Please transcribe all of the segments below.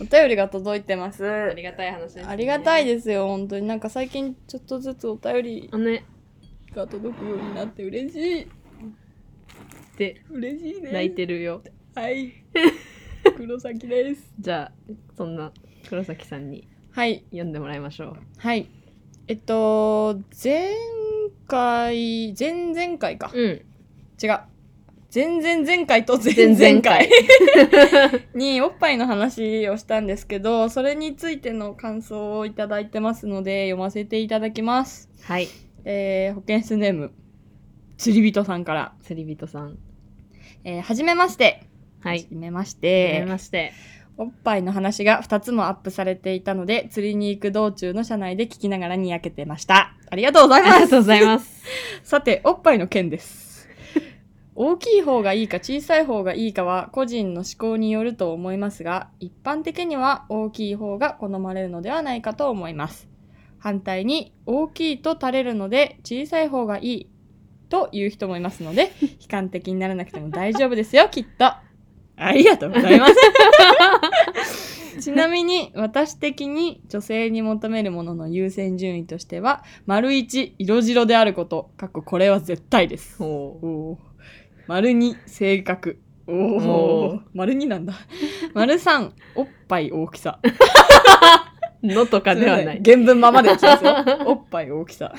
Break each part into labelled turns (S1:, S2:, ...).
S1: お便りが届いてます。
S2: ありがたい話です、ね。
S1: ありがたいですよ、本当に。なんか最近ちょっとずつお便り
S2: す。ね、
S1: が届くようになって嬉しい。
S2: で、
S1: 嬉しいね。
S2: 泣いてるよ。
S1: はい。黒崎です。
S2: じゃあ、そんな黒崎さんに
S1: はい。
S2: 読んでもらいましょ
S1: はい。えっと、前回、前々回か。
S2: う。うん。
S1: 違う。前々前回と前々回におっぱいの話をしたんですけど、それについての感想をいただいてますので、読ませていただきます。
S2: はい。
S1: えー、保健室ネーム、釣り人さんから。
S2: 釣り人さん。
S1: えー、はじめまして。
S2: は。
S1: はいじめまし
S2: はじめ
S1: て。
S2: まして。
S1: おっぱいの話が2つもアップされていたので、釣りに行く道中の車内で聞きながらにやけてました。ありがとうござ
S2: あ
S1: い
S2: り
S1: ま
S2: が
S1: す。
S2: とうございます。
S1: さて、おっぱいの件です。大きい方がいいか小さい方がいいかは個人の思考によると思いますが、一般的には大きい方が好まれるのではないかと思います。反対に、大きいと垂れるので小さい方がいいという人もいますので、悲観的にならなくても大丈夫ですよ、きっと。ありがとうござい ます。ちなみに、私的に女性に求めるものの優先順位としては、丸一、色白であること。かっここれは絶対です。
S2: ほう。
S1: おー丸二、性格。お
S2: お
S1: お丸二なんだ。丸三、おっぱい大きさ。
S2: のとかではない。
S1: 原文ままでいきますよ。おっぱい大きさ、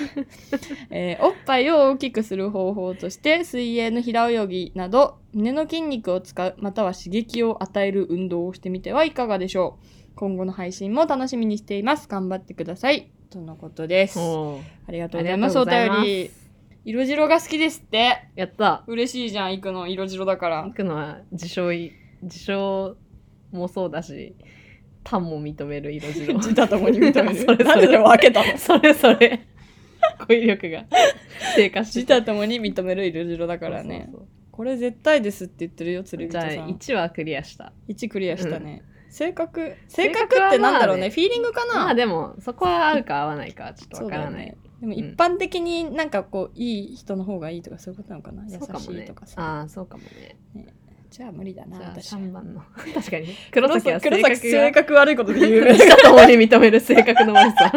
S1: えーおっぱいを大きくする方法として、水泳の平泳ぎなど、胸の筋肉を使う、または刺激を与える運動をしてみてはいかがでしょう。今後の配信も楽しみにしています。頑張ってください。とのことです。あ
S2: ほ
S1: りが
S2: う。
S1: とう
S2: あ
S1: ご
S2: り
S1: ざい
S2: が
S1: ます。
S2: とう
S1: お
S2: ござい
S1: 便
S2: ます。
S1: り。色白が好きですって。
S2: やった。
S1: 嬉しいじゃん、行くの。色白だから
S2: 行。くのは自称い、自称もそうだし、タンも認める色 白。
S1: 自他ともに認め
S2: それそれ
S1: る。なんででも開けた の
S2: それそれ。語彙力が低下して
S1: 自
S2: た
S1: 他ともに認める色白だからね。
S2: そうそう
S1: これ絶対ですって言ってるよ、釣り
S2: じ
S1: 人
S2: ゃあ
S1: さん。
S2: 1はクリアした
S1: 1クリアしたね。性格性
S2: 性
S1: 格
S2: 格は
S1: ってなんだろうね
S2: まあね
S1: フィーリングかな、
S2: まあでもそこは合うか合わないかはちょっと
S1: そう
S2: わか
S1: だ
S2: ら
S1: よ
S2: ない
S1: ね。でも
S2: うん
S1: 一般的になんかこう、いい人の方がいいとかそういうことなのかな優し
S2: そうかも
S1: い
S2: ね
S1: とかさ。
S2: ああそうかもね
S1: じゃあ無理だな、
S2: じゃあ
S1: 私。
S2: 3番の 確かに黒崎は性
S1: 黒
S2: 格
S1: 崎性
S2: が
S1: 格悪いことで有名
S2: 自他ともに認める性格の悪さ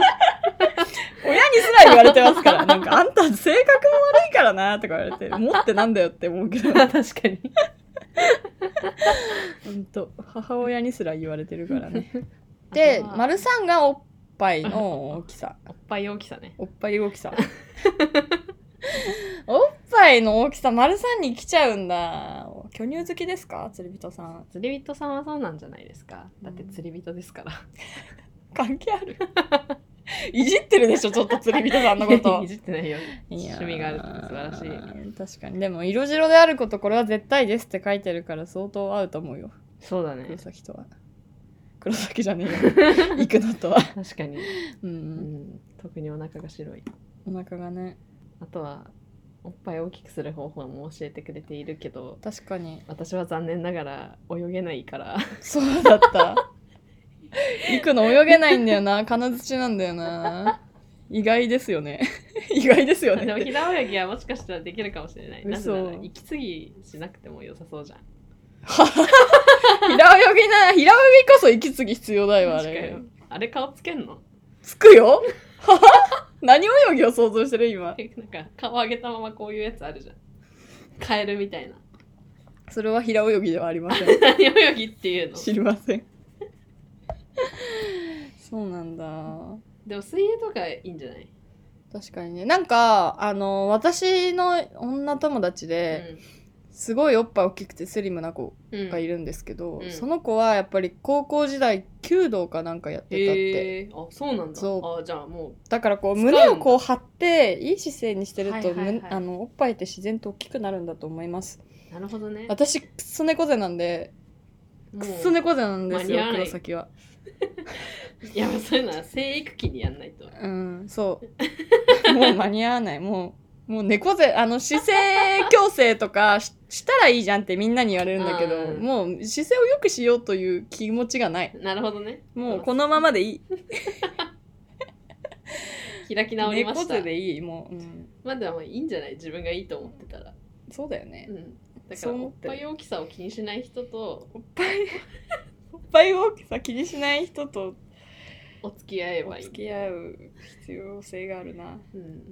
S1: 親にすら言われてますから、 なんかあんた性格も悪いからなとか言われて、持ってなんだよって思うけ ど。
S2: 確かに
S1: 本当母親にすら言われてるからね で
S2: あとは
S1: 丸さんがおっぱい の大きさ
S2: おっぱい大きさね
S1: おっぱい大きさ おっぱいの大きさ丸さんに来ちゃうんだ巨乳好きですか釣り人さん
S2: 釣り人さんはそうなんじゃないですかだって釣り人ですから
S1: 関係ある いじってるでしょちょっと釣り人さんのこ と
S2: いじってないよ趣味があるって素晴らしい
S1: い確かにでも色白であることこれは絶対ですって書いてるから相当合うと思うよ
S2: そうだね
S1: 黒崎とは黒崎じゃねえよ 行くのとは
S2: 確かに、
S1: う
S2: うんん、特にお腹が白い
S1: お腹がね
S2: あとはおっぱいを大きくする方法も教えてくれているけど
S1: 確かに
S2: 私は残念ながら泳げないから
S1: そうだった。行くの泳げないんだよな。金槌なんだよな。意外ですよね。意外ですよ
S2: でも
S1: ね。
S2: 平泳ぎはもしかしたらできるかもしれないなぜ
S1: 嘘
S2: なら息継ぎしなくても良さそうじゃん
S1: 平泳ぎな、平泳ぎこそ息継ぎ必要だよ、あ
S2: 確か
S1: れ
S2: に。あれ顔つけんの
S1: つくよ 何泳ぎを想像してる今。
S2: えなんか顔上げたままこういうやつあるじゃんカエルみたいな
S1: それは平泳ぎではありません。
S2: 何泳ぎっていうの
S1: 知りません。 そうなんだ。
S2: でも水泳とかいいんじゃない、
S1: 確かにね。なんか、あの、私の女友達で、すごいおっぱい大きくてスリムな子
S2: うんうん
S1: がいるんですけど、
S2: うん
S1: その子はやっぱり高校時代弓道かなんかやってたって、
S2: へえあそうなんだ
S1: そ
S2: あじゃあも
S1: だからこう
S2: 使うんだ
S1: 胸をこう張っていい姿勢にしてると、
S2: はいはいはい
S1: むあのおっぱいって自然と大きくなるんだと思います
S2: うなるほどね
S1: 私クソ猫背なんで
S2: も
S1: ク
S2: う
S1: ソ猫背なんですよ
S2: 間に合わない
S1: 黒崎はい
S2: やそういうのは生育期にやんないと
S1: うんそうもう 間に合わないもうもう猫背あの姿勢矯正とかししたらいいじゃんってみんなに言われるんだけど、
S2: うん
S1: もう姿勢を良くしようという気持ちがない
S2: なるほどね
S1: もうこのままでいい
S2: 開き直りました
S1: 猫背でいいもう、うん
S2: まあでもいいんじゃない自分がいいと思ってたら
S1: そうだよね
S2: う。んだか
S1: そう
S2: ら
S1: 思
S2: お
S1: っ
S2: って
S1: る
S2: ぱい大きさを気にしない人と
S1: おっぱい。ぱいをさ気にしない人と
S2: お付き合え
S1: お
S2: ばいい
S1: 付。き合う必要性があるな。
S2: うん、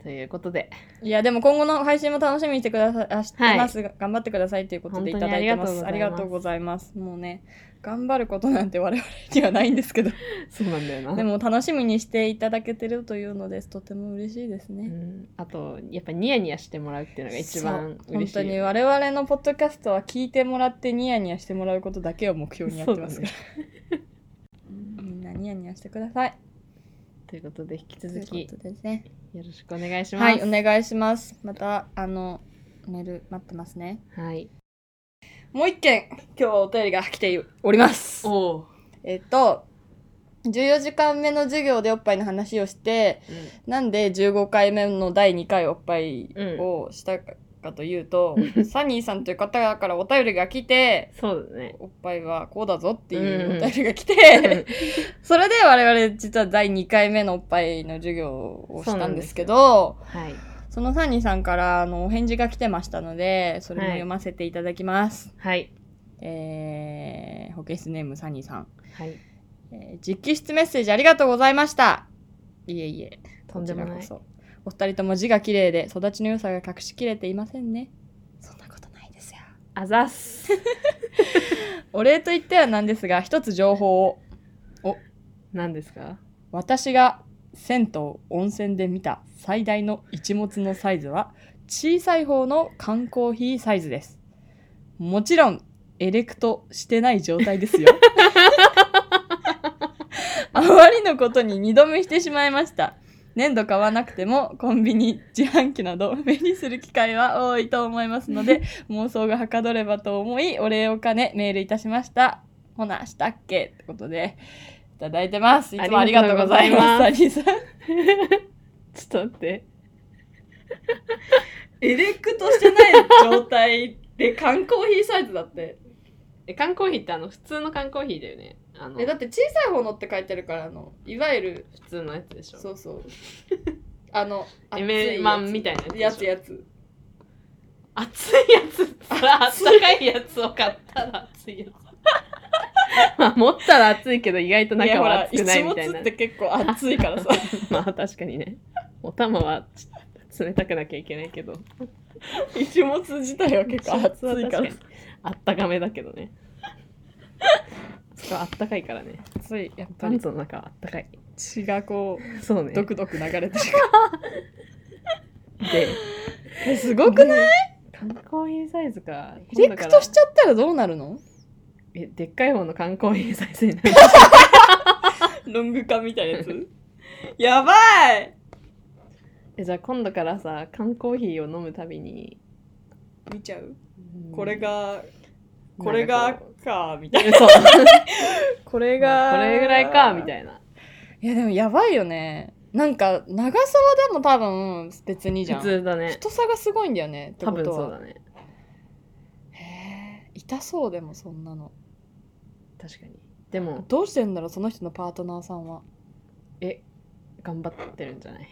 S2: ということで、
S1: いやでも今後の配信も楽しみにしてくださいあして
S2: はい
S1: ます、頑張ってくださいということでいただいてます
S2: 本当に
S1: あ
S2: あ
S1: り
S2: り
S1: が
S2: が
S1: と
S2: と
S1: う
S2: う
S1: ございますもうね頑張ることなんて我々にはないんですけど
S2: そうなんだよな。
S1: でも楽しみにしていただけてるというのですとても嬉しいです
S2: う
S1: ね、
S2: ん、あと、やっぱニヤニヤしてもらうっていうのが一番
S1: そう
S2: 嬉しい。
S1: 本当に我々のポッドキャストは聞いてもらってニヤニヤしてもらうことだけを目標にやってますから、
S2: うん
S1: みんなニヤニヤしてください
S2: ということで、引き
S1: とい
S2: 続
S1: う
S2: き
S1: こ、とですね
S2: よろしくお願いします。
S1: はいお願いしますまたあのメール待ってますね
S2: はい。
S1: もう一件今日はお便りが来ております
S2: おう
S1: えっと14時間目の授業でおっぱいの話をしてなんで15回目の第2回おっぱいをしたかというと、
S2: うん
S1: サニーさんという方からお便りが来て
S2: そうだね。
S1: おっぱいはこうだぞって
S2: う
S1: い
S2: ん
S1: ううんお便りが来て、 それで我々実は第2回目のおっぱいの授業をしたんですけど
S2: はい。
S1: そのサニーさんからあのお返事が来てましたのでそれも読ませていただきます。
S2: はい。
S1: えー、保健室ネームサニーさん。
S2: はい。
S1: えー実機室メッセージありがとうございました。いえいえ、
S2: とんでもな
S1: こ
S2: い
S1: ち。らこそお二人とも字が綺麗で育ちの良さが隠しきれていませんね。そんなことないですよ。
S2: あざっす。
S1: お礼と言ってはなんですが、一つ情報を。
S2: 何ですか
S1: 私が銭湯、温泉で見た最大の一物のサイズは、小さい方の缶コーヒーサイズです。もちろん、エレクトしてない状態ですよ。あまりのことに二度目してしまいました。粘土買わなくてもコンビニ、自販機など目にする機会は多いと思いますので妄想がはかどればと思いお礼を兼ねメールいたしました。ほな、したっけってことでいただいてます。いつもありがとうございます。
S2: あ
S1: アリーさん。
S2: ちょっと待って。
S1: エレクトしてない状態で缶コーヒーサイズだって。
S2: え、缶コーヒーってあの、普通の缶コーヒーだよね。あの、
S1: え、だ
S2: 普
S1: って小さい方のって書いてるから、あの、いわゆる、
S2: 通のやつでしょ。
S1: そうそう。あの、
S2: エメマンみたいなや
S1: や
S2: つ
S1: つ
S2: でしょ
S1: やつ。
S2: 熱いやつったら、あったかいやつを買ったら熱いやつ。 まあ、持ったら熱いけど、意外と
S1: いや
S2: 中
S1: ほ
S2: は
S1: ら、
S2: 熱
S1: 一
S2: くない
S1: 物
S2: みたいな
S1: っ。て結構熱いからさ。
S2: まあ、確かにね。お玉はち冷たくなきゃいけないけど。
S1: 一物自体は結構熱 いから
S2: 確。にあったかめだけどね。そこはあったかいからね。
S1: 熱い、やっ
S2: パンツの中はあったかい。
S1: 血がこ
S2: そうね。
S1: う、ドクドク流れてる。
S2: で、
S1: えすごくない
S2: ない缶コーヒーサイズか。
S1: エレクトしちゃったらどうなるの
S2: え、でっかい方の缶コーヒーサイズになる。
S1: ロング缶みたいなやつ やばい
S2: えじゃあ今度からさ、缶コーヒーを飲むたびに、
S1: 見ちゃう
S2: うん
S1: これ、が、
S2: なんかう
S1: これが、 か、みたいな。
S2: そう。
S1: これ
S2: これぐらいか、み
S1: い
S2: たいな。
S1: な。いや、でもやばいよね。なんか、長さはでも多分、別にじゃ
S2: 普
S1: ん。
S2: 通だね。
S1: 太さがすごいんだよね。って
S2: 多
S1: こ
S2: 分
S1: と
S2: そう
S1: は。
S2: だね。
S1: へえ痛そうでもそんなの。
S2: 確かに。でも、
S1: どうしてんだろう、その人のパートナーさんは。
S2: え、頑張ってるんじゃない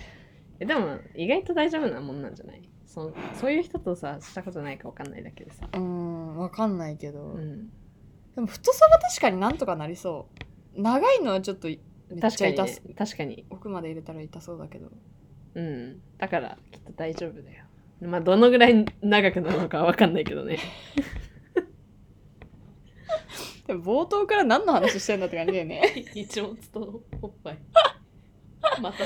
S2: え、でも、意外と大丈夫なもんなんじゃないそそういう人とさ、したことないかわかんないだけでさ。
S1: うーん、わかんないけど。
S2: うん。
S1: でも太さは確かになんとかなりそう。長いのはちょっといめっ
S2: 確
S1: ち
S2: か
S1: ゃ
S2: に、
S1: 痛
S2: ね
S1: す、、
S2: 確かに。
S1: 奥まで入れたら痛そうだけど。
S2: うん。だから、きっと大丈夫だよ。まあ、どのぐらい長くなるのかわかんないけ どね。
S1: でも冒頭から何の話してんだって感じだよね。
S2: 一応とおっぱい。また。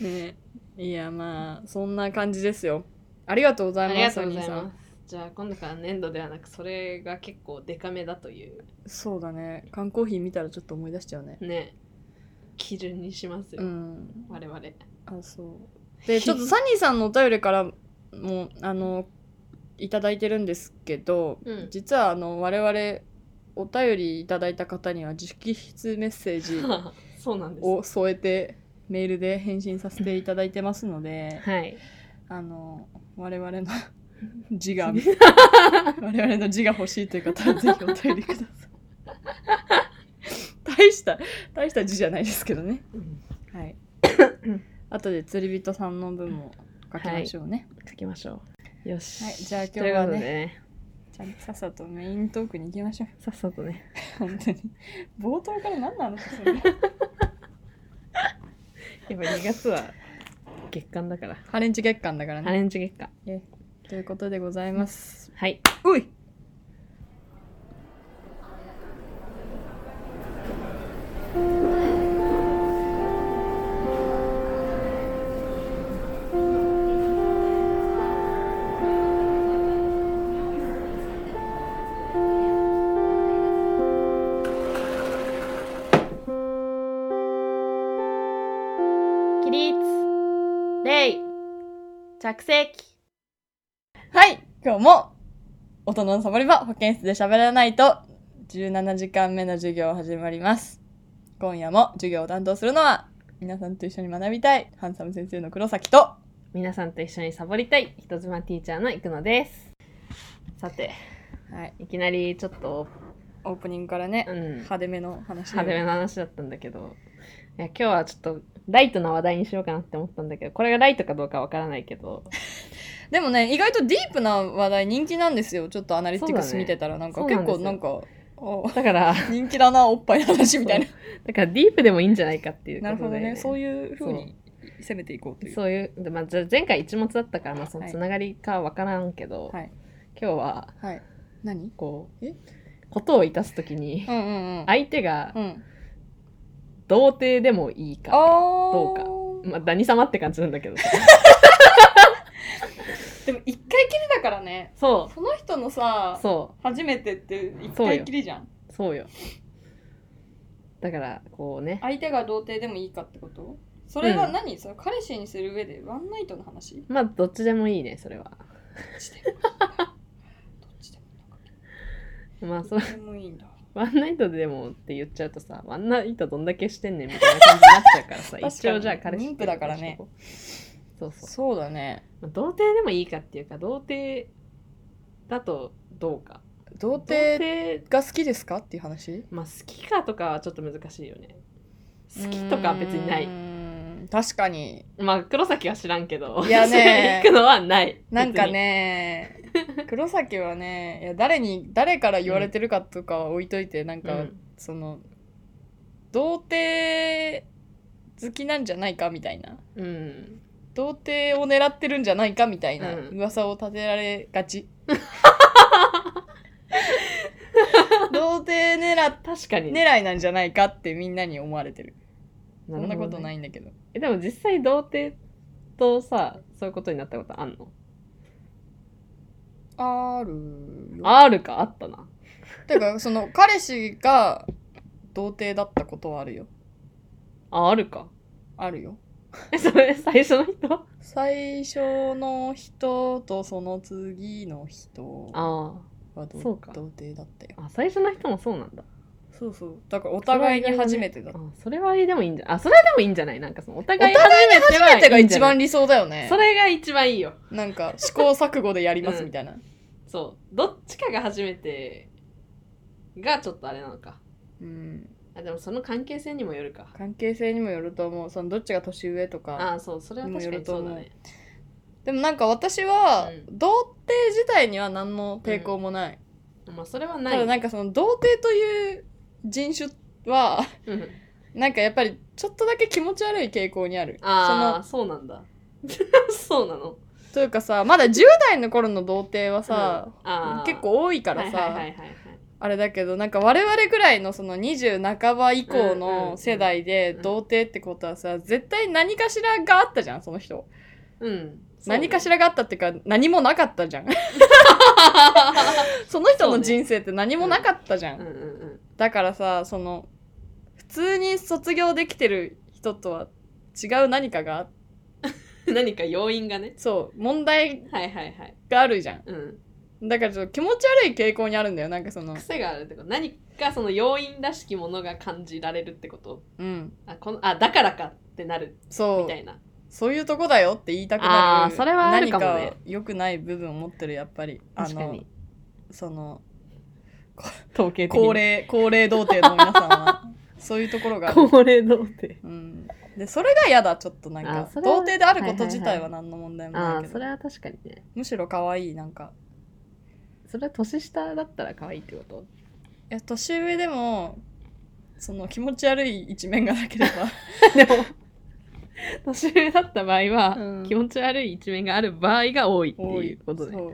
S1: ねいや、まあ、そんな感じですよ。ありがとうござ
S2: あ
S1: い
S2: り
S1: ま
S2: が
S1: す、
S2: とうござい
S1: お兄さん
S2: ます。じゃあ今度から粘土ではなくそれが結構デカめだという
S1: そうだね缶コーヒー見たらちょっと思い出しちゃうね
S2: ね基準にしますよ、
S1: うん
S2: 我々
S1: あそうでちょっとサニーさんのお便りからもあのいただいてるんですけど
S2: うん
S1: 実はあの我々お便りいただいた方には直筆メッセージ
S2: そうなんです
S1: を添えてメールで返信させていただいてますので
S2: はい
S1: あの我々 の字 が我々の字が欲しいという方はぜひお便りください大した大した字じゃないですけどね はい。あとで釣り人さんの分も書きましょうね。
S2: 書きましょうよし、
S1: はいじゃあ今日はね
S2: ということでね
S1: ちゃんとさっさとメイントークに行きましょう。
S2: さっさとね
S1: 本当に。冒頭から何の話するの
S2: やっぱ2月は月間だから
S1: ハレンチ月間だから
S2: ア
S1: ね。
S2: レンジ月間
S1: ということでございます。
S2: はいう
S1: い
S2: 起立礼着席
S1: はい今日も大人のサボり場保健室で喋らないと17時間目の授業始まります今夜も授業を担当するのは皆さんと一緒に学びたいハンサム先生の黒崎と
S2: 皆さんと一緒にサボりたい人妻ティーチャーのいくのですさて
S1: はい
S2: いきなりちょっと、
S1: オープニングからね、
S2: うん、派
S1: 派手めの話
S2: 手めの話だったんだけどいや今日はちょっとライトな話題にしようかなって思ったんだけどこれがライトかどうかわからないけど
S1: でもね意外とディープな話題人気なんですよちょっとアナリティク
S2: そう
S1: ス
S2: だね
S1: 見てたらなんか、
S2: そうな
S1: 結
S2: んで
S1: 構
S2: すよ
S1: なんかあ
S2: だから
S1: 人気だなおっぱいの話みたいな
S2: だからディープでもいいんじゃないかっていうこと
S1: な
S2: で
S1: るほどねそう
S2: いう
S1: いうふうに攻めていこうという
S2: そういうでまあ、じゃあ前回一物だったから、まあ、その
S1: はい
S2: つながりかわからんけど、
S1: はい
S2: 今日は
S1: はい何
S2: こう
S1: え
S2: ことをいたすときに
S1: うんうんうん
S2: 相手が
S1: うん
S2: 童貞でもいい
S1: あ
S2: か、
S1: ー
S2: どうかまあ、何様って感じな んだけどさ
S1: でも一回きりだからね
S2: そ
S1: その人の
S2: う
S1: さ
S2: そ
S1: 初めてって一
S2: そう
S1: 回
S2: よ
S1: きりじゃん
S2: うそうよだからこうね
S1: 相手が童貞でもいいかってことそれは
S2: うん
S1: 何、その彼氏にする上でワンナイトの話ど
S2: まあどっちでもいいねそれは
S1: っちでもどっちでもなんか
S2: まあそ
S1: ど
S2: う
S1: っちでもいいんだ
S2: ワンナイトでもって言っちゃうとさワンナイトどんだけしてんねんみたいな感じになっちゃうからさ
S1: 確かに
S2: 一応じゃあ彼氏
S1: 妊婦だからね
S2: そうそう
S1: そうだね
S2: まあ童貞でもいいかっていうか童貞だとどうか
S1: 童
S2: 童
S1: 貞
S2: 貞
S1: が好きですかっていう話
S2: まあ好きかとかはちょっと難しいよね好きとかは別にないう
S1: ーん確かに
S2: まあ黒崎は知らんけど
S1: いやね
S2: 行くのはない
S1: なんかね黒崎はねいや誰に誰から言われてるかとかは置いといて、なん
S2: 別に
S1: か、その童貞好きなんじゃないかみたいな
S2: うん、うん
S1: 童貞を狙ってるんじゃないかみたいな
S2: うん
S1: 噂を立てられが ち、童貞狙
S2: 確かに
S1: 狙いなんじゃないかってみんなに思われてるそ
S2: る
S1: ん
S2: ほどね
S1: なことないんだけど
S2: えでも実際童貞とさそういうことになったことあんの
S1: あるよ
S2: あるかあったな
S1: てかその彼氏が童貞だったことはあるよ
S2: ああるか
S1: あるよ
S2: えそれ最初の人
S1: 最初の人とその次の人
S2: あ
S1: はど
S2: そうか
S1: 童貞だったよ
S2: ああ最初の人もそうなんだ
S1: そうそうだからお互いに初めてだ
S2: あそれはでもいいんじゃあそれはでもいいんじゃないなんかそのお互い初めては
S1: 初めてが
S2: いいんじ
S1: 一
S2: ゃない
S1: 番理想だよね
S2: それが一番いいよ
S1: なんか試行錯誤でやりますみたいな、
S2: そうどっちかが初めてがちょっとあれなのか
S1: うん、
S2: あでもその関係性にもよるか
S1: 関係性にもよると思うそのどっちが年上とか
S2: ああそうそれは確かにそうだね
S1: でもなんか私は、
S2: うん
S1: 童貞自体には何の抵抗もない、
S2: まあそれはな
S1: た
S2: い
S1: だなんかその童貞という人種は
S2: うん
S1: なんかやっぱりちょっとだけ気持ち悪い傾向にある
S2: ああそうなんだ そうなの
S1: そのというかさまだ10代の頃の童貞はさ、
S2: うんあー
S1: 結構多いからさ、
S2: はいはいはいはいはい
S1: あれだけどなんか我々ぐらいのその20半ば以降
S2: うんうんう
S1: の
S2: ん
S1: 世代で童貞ってことはさ絶対何かしらがあったじゃんその人
S2: うん
S1: 何かし
S2: ら
S1: らがあったっていうか何もなかったじゃん その人
S2: そう
S1: の
S2: ね
S1: 人生って何もなかったじゃん、
S2: うんうんうん
S1: だからさその普通に卒業できてる人とは違う何かが
S2: 何か要因がね
S1: そう問題
S2: はいはいはい
S1: があるじゃ
S2: うん
S1: んだからちょっと気持ち悪い傾向にあるんだよなんかその
S2: 癖があるってこと何かその要因らしきものが感じられるってこと
S1: うん
S2: あこのあだからかってなる
S1: そう
S2: みたいな
S1: そういうとこだよって言いたくなる
S2: あーそれはあるかもね
S1: 何か良くない部分を持ってるやっぱり
S2: 確か
S1: あの
S2: に
S1: その
S2: 統計的に
S1: 高齢高齢童貞の皆さんはそういうところ がある、
S2: 高齢童貞
S1: うん、でそれが嫌だちょっとなん
S2: あ
S1: か
S2: そ
S1: 童
S2: れ
S1: 貞
S2: は
S1: であるこ
S2: はいはいは
S1: と
S2: い
S1: 自体は何の問題もな
S2: あ
S1: い
S2: あ
S1: け
S2: そ
S1: ど、
S2: れは確かにね
S1: むしろ可愛いなんか
S2: それは年下だったら可愛いって こと
S1: いや年上でもその気持ち悪い一面がなければ
S2: でも、年上だった場合は、
S1: うん
S2: 気持ち悪い一面がある場合が多いっていうことで。
S1: そう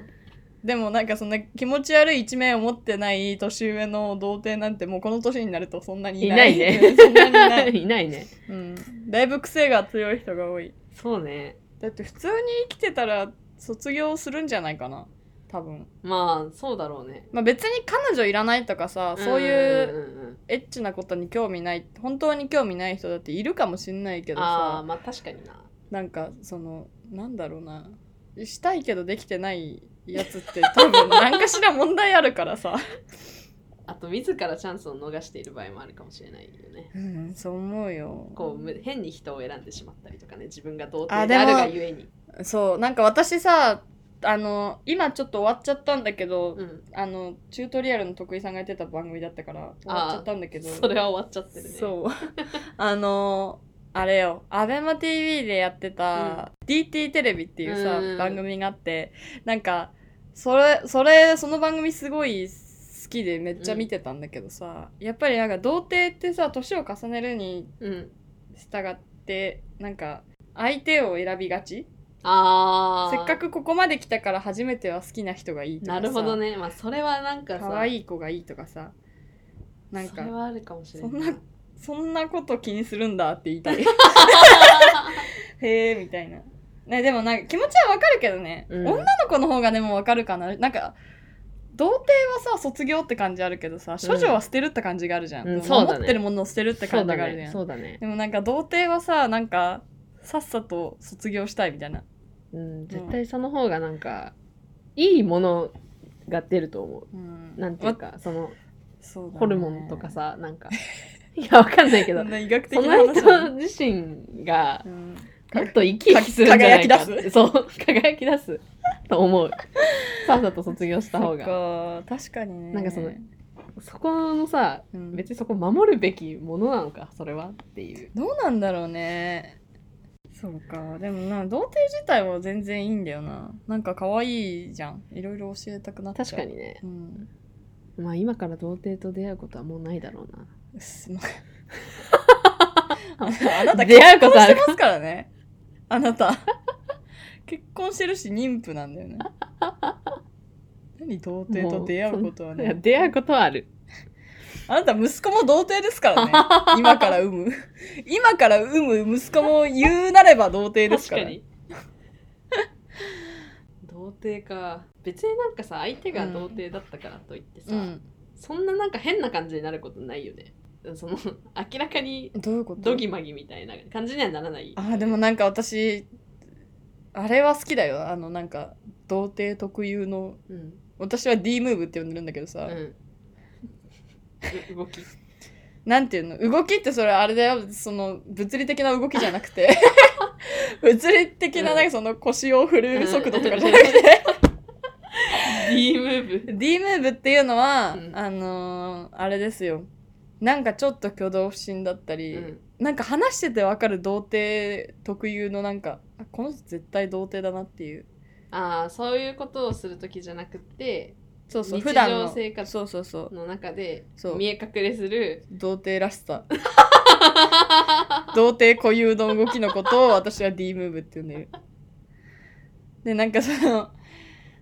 S1: でもなんかそんな気持ち悪い一面を持ってない年上の童貞なんてもうこの年になるとそんなにい
S2: い
S1: な
S2: ないいね。
S1: そんなにいない、
S2: いないね。
S1: うん、だいぶ癖が強い人が多い
S2: そうね。
S1: だって普通に生きてたら卒業するんじゃないかな多分
S2: まあ、そうだろうね。
S1: まあ別に彼女いらないとかさそういううん
S2: んんうん
S1: エッチなことに興味ない本当に興味ない人だっているかもしんないけど
S2: ああ、
S1: さ
S2: まあ確かにな。
S1: なんかそのなんだろうなしたいけどできてないやつって多分何かしら問題あるからさ、
S2: あと、自らチャンスを逃している場合もあるかもしれないよね。
S1: うん、そう思うよ
S2: こう、む変に人を選んでしまったりとかね、自分が童
S1: あ
S2: 貞
S1: で
S2: で
S1: も
S2: あるがゆえに。
S1: そうなんか私さあの今ちょっと終わっちゃったんだけど、
S2: うん。
S1: あのチュートリアルの徳井さんがやってた番組だったから終わっちゃったんだけど
S2: それは終わっちゃってるね。う。
S1: そう あのーあれよ ABEMATV でやってた DT テレビっていうさ、
S2: うん
S1: 番組があってなんかそれそれその番組すごい好きでめっちゃ見てたんだけどさ、やっぱりなんか童貞ってさ年を重ねるに
S2: うん。
S1: 従ってなんか相手を選びがち
S2: ああ。
S1: せっかくここまで来たから初めては好きな人がいいとか
S2: な
S1: さ
S2: るほどね。まあ、それはなんかさ、
S1: 可愛い子がいいとかさなん
S2: そ
S1: か
S2: れはあるかもしれない。
S1: そんなそんなこと気にするんだって言いたい へえみたいな、ね、でもなんか気持ちはわかるけどね、
S2: うん
S1: 女の子の方がでもわかるかななんか童貞はさ卒業って感じあるけどさ処女は捨てるって感じがあるじゃん、
S2: うん
S1: でも
S2: そうだね
S1: 守ってるものを捨てるって感じがあるじゃん、
S2: そうだね。
S1: でもなんか童貞はさなんかさっさと卒業したいみたいな
S2: うん、絶対その方がなんか、いいものが出ると思
S1: うん
S2: う。なんていうか、その
S1: そうだね
S2: ホルモンとかさ、なんか、いや、わかんないけ
S1: そ
S2: ど
S1: ん、な医学的
S2: そ
S1: な
S2: の
S1: 話だ
S2: 人
S1: ね
S2: 自身が
S1: う、ん
S2: もっと生き生きするんじゃないかって
S1: 輝き出
S2: そう、輝き出すと思う。さっさと卒業した
S1: そ
S2: 方
S1: っ
S2: が。
S1: か確かにね
S2: なんかそのそこのさ、
S1: うん
S2: 別にそこ守るべきものなのか、それはっていう。
S1: どうなんだろうねそうかでもな童貞自体は全然いいんだよななんか可愛いじゃんいろいろ教えたくなっちゃう
S2: 確かにね。
S1: うん
S2: まあ今から童貞と出会うことはもうないだろうな。
S1: うっすま あなた
S2: 出
S1: 結
S2: 会うこ
S1: 婚
S2: とあ
S1: し
S2: る
S1: てますからねあなた結婚してるし妊婦なんだよね何童貞と出会うことは
S2: もうそ
S1: ね
S2: ん出会うことはある。
S1: あなた息子も童貞ですからね今から産む今から産む息子も言うなれば童貞ですから
S2: 確かに 童貞か別になんかさ相手が童貞だったからといってさ、
S1: うん
S2: そんななんか変な感じになることないよねその明らかに
S1: どういうこと
S2: ドギマギみたいな感じにはならない
S1: あーでもなんか私あれは好きだよあのなんか童貞特有の
S2: うん、
S1: 私は D ムーブって呼んでるんだけどさ、
S2: うん、う 動き
S1: なんていうの動きってそれあれだよその物理的な動きじゃなく て物理的ななんかその腰を振る速度とかじゃなくて、
S2: D ムー ブ
S1: D ムーブっていうのは、
S2: うん
S1: あのーあれですよなんかちょっと挙動不審だったり、
S2: うん
S1: なんか話しててわかる童貞特有のなんかあこの人絶対童貞だなっていう
S2: ああそういうことをする時じゃなくて
S1: そうそう
S2: 日
S1: 普段の
S2: 常生活
S1: そうそうそう
S2: の中で
S1: そう
S2: 見え隠れする
S1: 童貞らしさ童貞固有の動きのことを私は D ムーブって呼んでるでなんかその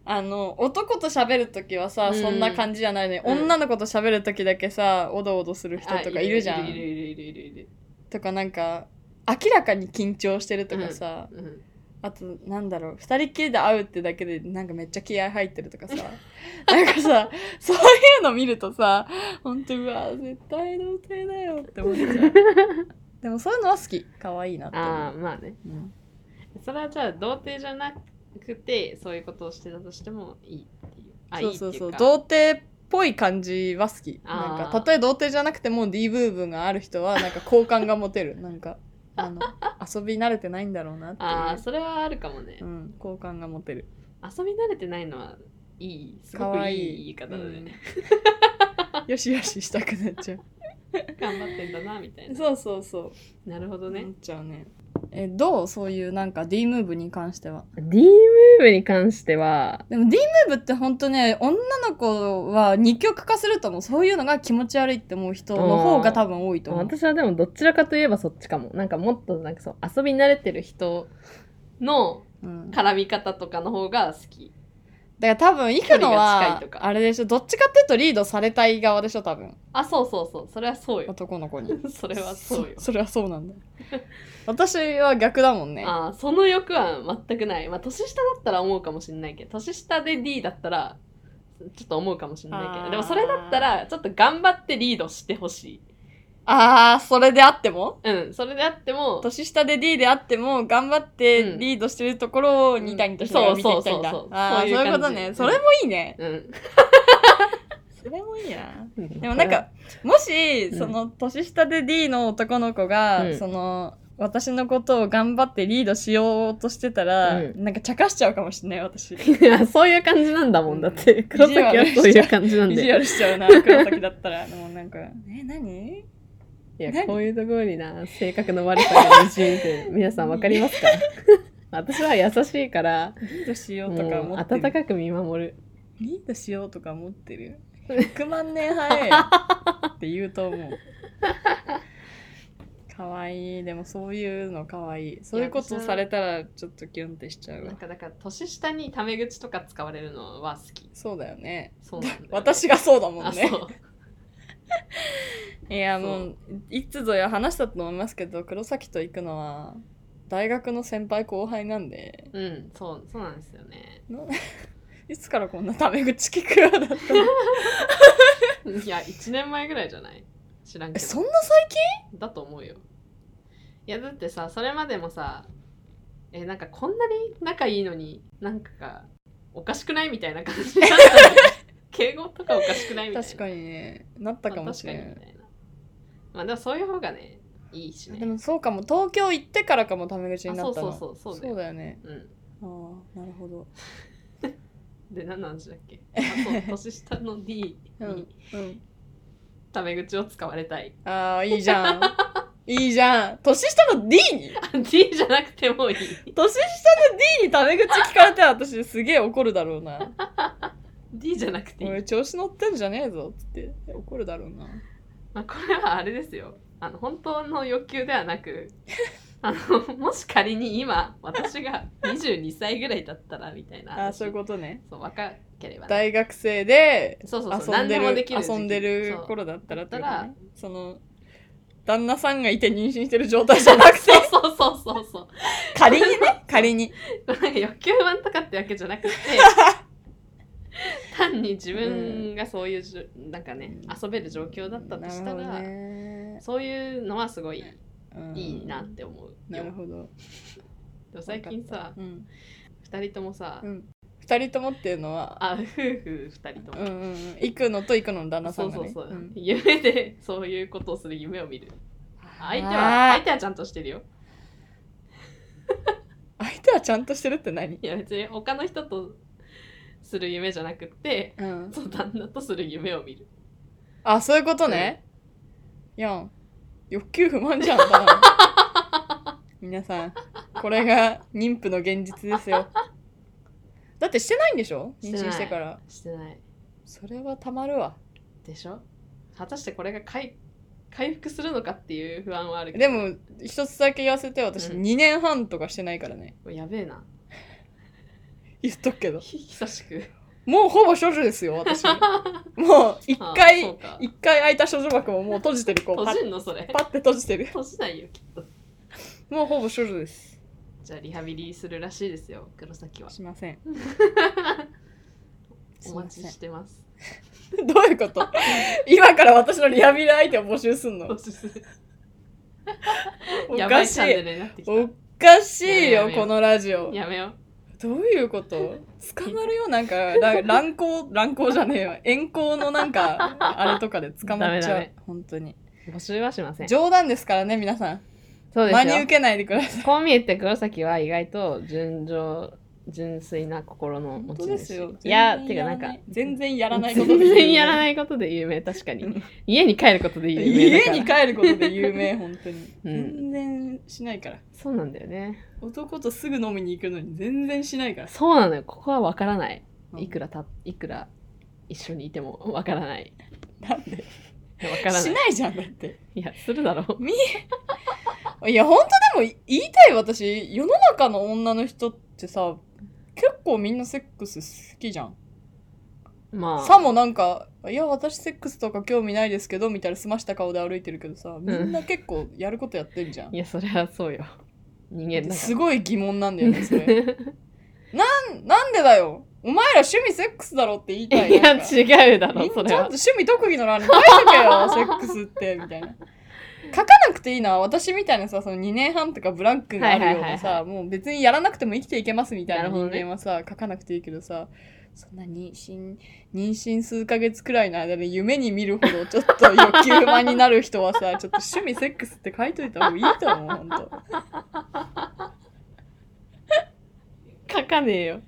S1: あの男と喋る時はさ、
S2: うん
S1: そんな感じじゃないのに、
S2: うん
S1: 女の子と喋る時だけさおどおどする人
S2: あ
S1: とかいるじゃん
S2: いるいるいるいるいるいる
S1: とかなんか明らかに緊張してるとかさ、
S2: うん
S1: あとなんだろう2人っきりで会うってだけでなんかめっちゃ気合入ってるとかさ なんかさそういうの見るとさ本当うわ絶対童貞だよって思っちゃ うでもそういうのは好き可愛いなって
S2: ああ
S1: 思
S2: まあね
S1: う、うん
S2: それはじゃあ童貞じゃなくてそういうことをしてたとしてもいいっていうあ
S1: そうそうそう
S2: いいっていうか
S1: 童貞っぽい感じは好き
S2: あ
S1: な
S2: ー
S1: んかたとえ童貞じゃなくても D 部分がある人はなんか好感が持てるなん かあの遊び慣れてないんだろうなって
S2: ああ
S1: い
S2: それはあるかもね、
S1: う、うん、好感が持て る
S2: 遊び慣れてないのはいいすご
S1: 可
S2: く
S1: 愛
S2: い
S1: い
S2: い言い方だよ
S1: う
S2: ね、
S1: んよしよししたくなっちゃう
S2: 頑張ってんだなみたいな
S1: そうそうそう
S2: なるほど
S1: なっ
S2: ね
S1: ちゃうね。え、どうそういうなんか D ムーブに関しては。
S2: D ムーブに関しては、
S1: でも D ムーブってほんとね女の子は二極化すると思うそういうのが気持ち悪いって思う人の方が多分多いと思う
S2: 私はでもどちらかといえばそっちかも。なんかもっとなんかそう遊び慣れてる人の
S1: うんだか
S2: 絡み方とかの方が好き。
S1: ら多分行くの
S2: 距離が
S1: は
S2: 近いとか
S1: あれでしょどっちかっていうとリードされたい側でしょ多分
S2: あ、そうそうそう。それはそう よ。
S1: 男の子に
S2: それはそうよ。
S1: それはそうなんだ私は逆だもんね
S2: あーその欲は全くない。まあ、年下だったら思うかもしれないけど、年下で D だったら、ちょっと思うかもしれないけ
S1: あー
S2: ど、でもそれだったら、ちょっと頑張ってリードしてほしい。
S1: あーそれであっても
S2: うん、それであっても、
S1: 年下で D であっても頑張ってリードしてるところを2対2として見ていきたいんだ、
S2: うんそうそうそうそう
S1: ああそ
S2: そ
S1: うう
S2: いう
S1: いうこ
S2: 感
S1: と
S2: じ
S1: ねそれもいいね、
S2: うん。
S1: それもいいなで
S2: で
S1: もなん か、もし、
S2: うん
S1: その年下で D の男の子が、
S2: うん
S1: その私のことを頑張ってリードしようとしてたら、
S2: う
S1: なんか茶化しちゃうかもしれない私意
S2: いや、そういう感じなんだもんだって。黒崎はそういう感 じなん
S1: 地
S2: で。
S1: 悪しちゃうな黒崎だったらでもなんか「え何
S2: いや、
S1: 何
S2: こういうところにな、性格の悪さがにじみてる、皆さんわかり ますか私は優しいから、
S1: リードしよう」とか
S2: も
S1: 思
S2: う
S1: って
S2: 温
S1: る
S2: かく見守る。
S1: リードしようとか思って る100万年早いって言うと思う かわいいでもそういうのかわいいそういうことされたらちょっとキュンってしちゃう
S2: な
S1: わ
S2: んか、だから、年下にタメ口とか使われるのは好き。
S1: そうだよね
S2: そうなんだよね
S1: 私がそうだも
S2: あ
S1: んね
S2: そう
S1: いや
S2: そう
S1: もういつぞや話したと思いますけど黒崎と行くのは大学の先輩後輩なんで
S2: うん、そう、そうなんですよね。
S1: な いつからこんなタメ口聞くようになった の
S2: いや、1年前ぐらいじゃない知らん
S1: え
S2: け
S1: そん
S2: ど。
S1: な最近
S2: だと思うよ。いや、だってさ、それまでもさ、え、なんかこんなに仲いいのに、なんかが、おかしくないみたいな感じだ ったの敬語とかおかしくないみたいな。
S1: 確か
S2: に。
S1: にねなったかもしれ
S2: まあ
S1: ん
S2: 確かにみたいな。まあ、でもそういう方がね、いいし
S1: で
S2: ね。
S1: もそうかも東京行ってからかもタメ口になったの
S2: あそうそうそうそうだよ
S1: だよね
S2: うん。
S1: ああなるほど
S2: で、何の話だっけ あそう、年下の D
S1: うん
S2: に、
S1: うん
S2: タメ口を使われたい。
S1: ああいいじゃん いいじゃん年下の D に
S2: あ D じゃなくてもいい。
S1: 年下の D にタメ口聞かれたら私すげえ怒るだろうな
S2: D じゃなくていい
S1: お。い調子乗ってんじゃねえぞっつって怒るだろうな
S2: まあ、これはあれですよあの本当の欲求ではなく あのもし仮に今私が22歳ぐらいだったらみたいな
S1: あそういうことね
S2: そう若ければね、
S1: 大学生で
S2: そうそうそう
S1: 遊ん
S2: 何
S1: で
S2: で
S1: る
S2: もできる時期
S1: 遊んでる
S2: そう
S1: 頃だったらってこと
S2: だったら
S1: ねその旦那さんがいて妊娠してる状態じゃ なくて
S2: そうそうそうそう
S1: 仮にね仮に
S2: なんか 欲求満とかってわけじゃ なくて単に自分がそういうじゅ、なんかね遊べる状況だったとした
S1: なる
S2: ら、
S1: ほどね
S2: そういうのはすごい
S1: うん
S2: いいなって思う、
S1: なるほど、
S2: でも最近さ
S1: うん
S2: 2人ともさ、
S1: うん、2人ともっていうのは
S2: あ夫婦2人と
S1: う
S2: も、
S1: んうんうん幾野と幾野の旦那さ
S2: そ
S1: んが
S2: うそ
S1: ね
S2: うそう、
S1: ん
S2: 夢でそういうことをする夢を見る相手は
S1: あ
S2: 相手はちゃんとしてるよ
S1: ー相手はちゃんとしてるって何
S2: いや別に他の人とする夢じゃなくって
S1: うん
S2: そう旦那とする夢を見る
S1: あそういうことね、やん欲求不満じゃんただの 皆さんこれが妊婦の現実ですよだってしてないんでしょ妊娠してから
S2: してない
S1: それはたまるわ
S2: でしょ果たしてこれが回回復するのかっていう不安はあるけど
S1: でも一つだけ言わせて私
S2: うん
S1: 2年半とかしてないからね、
S2: やべえな
S1: 言っとくけど
S2: 久し く
S1: もうほぼ処女ですよ 私もう一回
S2: あそうか
S1: 一回開いた処女箱ももう閉じてるこうパッ
S2: 閉じんのそれ
S1: パッて閉じてる
S2: 閉じないよきっと
S1: もうほぼ処女です
S2: じゃあリハビリするらしいですよ黒崎は
S1: しません
S2: お待ちしてます
S1: どういうこと今から私のリハビリ相手を募集すんの
S2: おすすめ
S1: お
S2: やば
S1: か
S2: い
S1: し
S2: チャンネ
S1: い。
S2: ルになってきた
S1: おかしい
S2: や
S1: よ、
S2: めよう
S1: このラジオ。
S2: やめよ
S1: どういうこと捕まるよ、なんか、ら乱行、乱行じゃねえわ。遠行のなんか、あれとかで捕まっち
S2: ダ
S1: ゃう
S2: メダメ。
S1: 本当に。
S2: う募集はしません
S1: 冗談ですからね、皆さん。
S2: そうで
S1: 真に
S2: す
S1: 受
S2: よ
S1: けないでください。
S2: こう見えて黒崎は意外と純情純粋な心の持
S1: 本
S2: ち
S1: 当
S2: 主
S1: ですよ。
S2: いや
S1: 全
S2: て
S1: 然
S2: かな
S1: ら
S2: んか
S1: 全然やらないこと
S2: 全
S1: で有名
S2: 然やらないことで有名確かに、
S1: うん
S2: 家に帰ることで有名だ
S1: 家
S2: から
S1: に帰ることで有名、本当に。
S2: うん
S1: 全然しないから。
S2: そうなんだよね
S1: 男とすぐ飲みに行くのに全然しないから。
S2: そうなのよここは分からないいく
S1: ら
S2: らたいくら一緒にいても 分からない
S1: なんで
S2: 分からない
S1: しないじゃん、だって。
S2: いやする だろう
S1: いや、本当でも言いたい私、世の中の女の人ってさ、結構みんなセックス好きじゃん。
S2: ま
S1: さ
S2: あ
S1: もなんか、いや、私セックスとか興味ないですけど、みたいな澄ました顔で歩いてるけどさ、みんな結構やることやってんじゃん
S2: い。やそりゃそうよ人間だから
S1: すごい疑問なんだよね、 それ。なんでだよお前ら趣味セックスだろって言いたい。
S2: いや
S1: なんか
S2: 違うだ
S1: み
S2: ろ
S1: ん
S2: そ
S1: ち
S2: れ
S1: ゃんと
S2: は
S1: 趣味特技の欄に書いとけよ セックスってみたいな書かなくていいな私みたいなさその2年半とかブランクがあるようなさ、
S2: はいはい
S1: もう別にやらなくても生きていけますみたいな
S2: なるほ
S1: 人
S2: どね
S1: 間はさ、書かなくていいけどさそんな妊娠妊娠数ヶ月くらいの間で夢に見るほどちょっと欲求不満になる人はさちょっと趣味セックスって書いといた方がいいと思うほんと
S2: 書かねえよ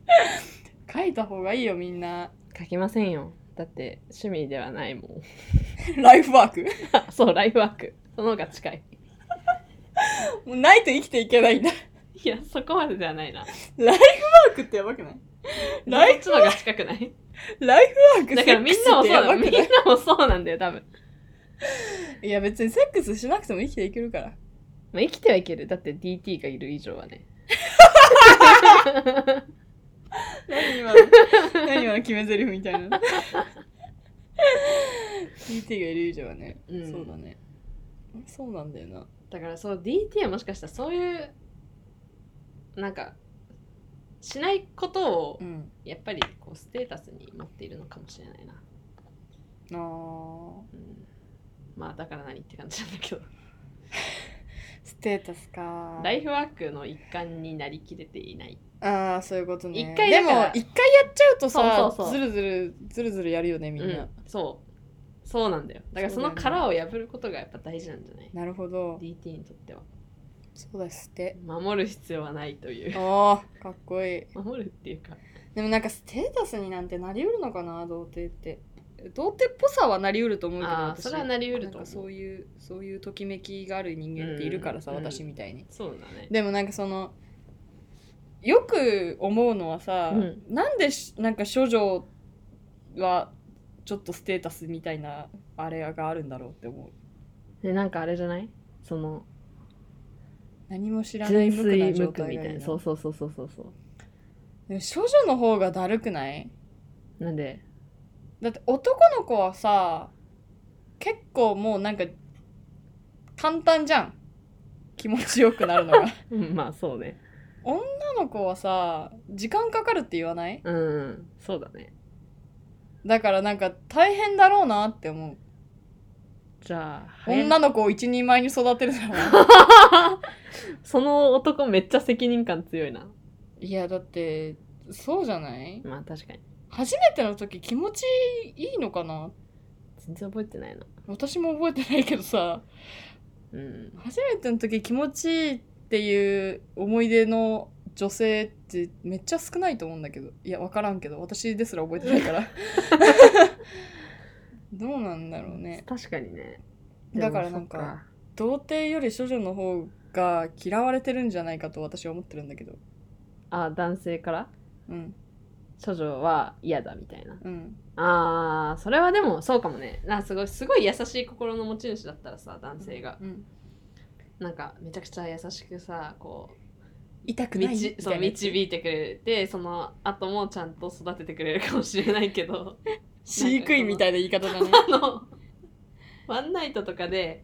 S1: 書いた方がいいよみんな
S2: 書きませんよだって趣味ではないもん
S1: ライフワーク
S2: あそうライフワークその方が近い
S1: もうないと生きていけないんだ
S2: いやそこまでではないな
S1: ライフワークってやばくないライ
S2: フの方が近くない
S1: ライフワーク
S2: だからみんなもそうだみんなもそうなんだよ多分、
S1: いや別にセックスしなくても生きていけるから。
S2: まあ、生きてはいけるだって DT がいる以上はね
S1: 何今の 何今の決め台詞みたいな。DT がいる以上はね、
S2: うん
S1: そうだね。そうなんだよな。
S2: だからそう DT はもしかしたらそういうなんかしないことを
S1: うん。
S2: やっぱりこうステータスに持っているのかもしれないな、
S1: あー
S2: うん、まあだから何って感じなんだけど
S1: ステータスか
S2: ライフワークの一環になりきれていない
S1: ああそういうことね。
S2: 一回
S1: で
S2: だ
S1: も
S2: から
S1: 一回やっちゃうとさ
S2: そうそうそう
S1: ずるずるずるずるやるよねみんな。
S2: うん、そうそうなんだよだからその
S1: そうだよ
S2: 殻を破ることがやっぱ大事なんじゃない、
S1: なるほど。
S2: DT にとっては
S1: そうだステ。
S2: 守る必要はないという
S1: ああかっこいい。
S2: 守るっていうか
S1: でもなんかステータスになんてなりうるのかな童貞って童貞っぽさはなりうると思うけど
S2: ああ
S1: 私
S2: それはなりうる
S1: なん
S2: と
S1: か
S2: 思う
S1: そういうそういうときめきがある人間っているからさ、
S2: うん
S1: 私みたいに
S2: そうだね
S1: でもなんかそのよく思うのはさ、
S2: うん
S1: なんでしなんか処女はちょっとステータスみたいなあれがあるんだろうって思う
S2: でなんかあれじゃないその
S1: 何も知らない
S2: 純
S1: 無垢な
S2: 粋無
S1: 状
S2: 垢
S1: 態
S2: み
S1: が
S2: た
S1: いい
S2: い
S1: な
S2: なそうそうそうそうそうそ
S1: でも処女の方がだるくないう
S2: なんで
S1: だって男の子はさ結構もうなんか簡単じゃん気持ちよくなるのが
S2: うんまあそうね
S1: 女の子はさ時間かかるって言わない
S2: うんそうだね
S1: だからなんか大変だろうなって思う
S2: じゃあ
S1: 女
S2: の
S1: の子を一人前に育てるのは
S2: その男めっちゃ責任感強いない
S1: やだってそうじゃない
S2: まあ確かに
S1: 初めての時気持ちいいのかな
S2: 全然覚えてないな
S1: 私も覚えてないけどさ
S2: うん
S1: 初めての時気持ちいいっていう思い出の女性ってめっちゃ少ないと思うんだけどいや分からんけど私ですら覚えてないから どうなんだろうね
S2: 確かにね
S1: だからなんか
S2: でも
S1: 童貞より処女の方が嫌われてるんじゃないかと私は思ってるんだけど
S2: そっかあ男性から
S1: うん
S2: 処女は嫌だみたいな
S1: うん
S2: あーそれはでもそうかもねなすごいすごい優しい心の持ち主だったらさ男性が
S1: うん、
S2: なんかめちゃくちゃ優しくさこう
S1: 痛く
S2: 道
S1: ない
S2: そう導
S1: い
S2: いてくれてその後もちゃんと育ててくれるかもしれないけど
S1: 飼育員みたいな言い方だね
S2: あのワンナイトとかで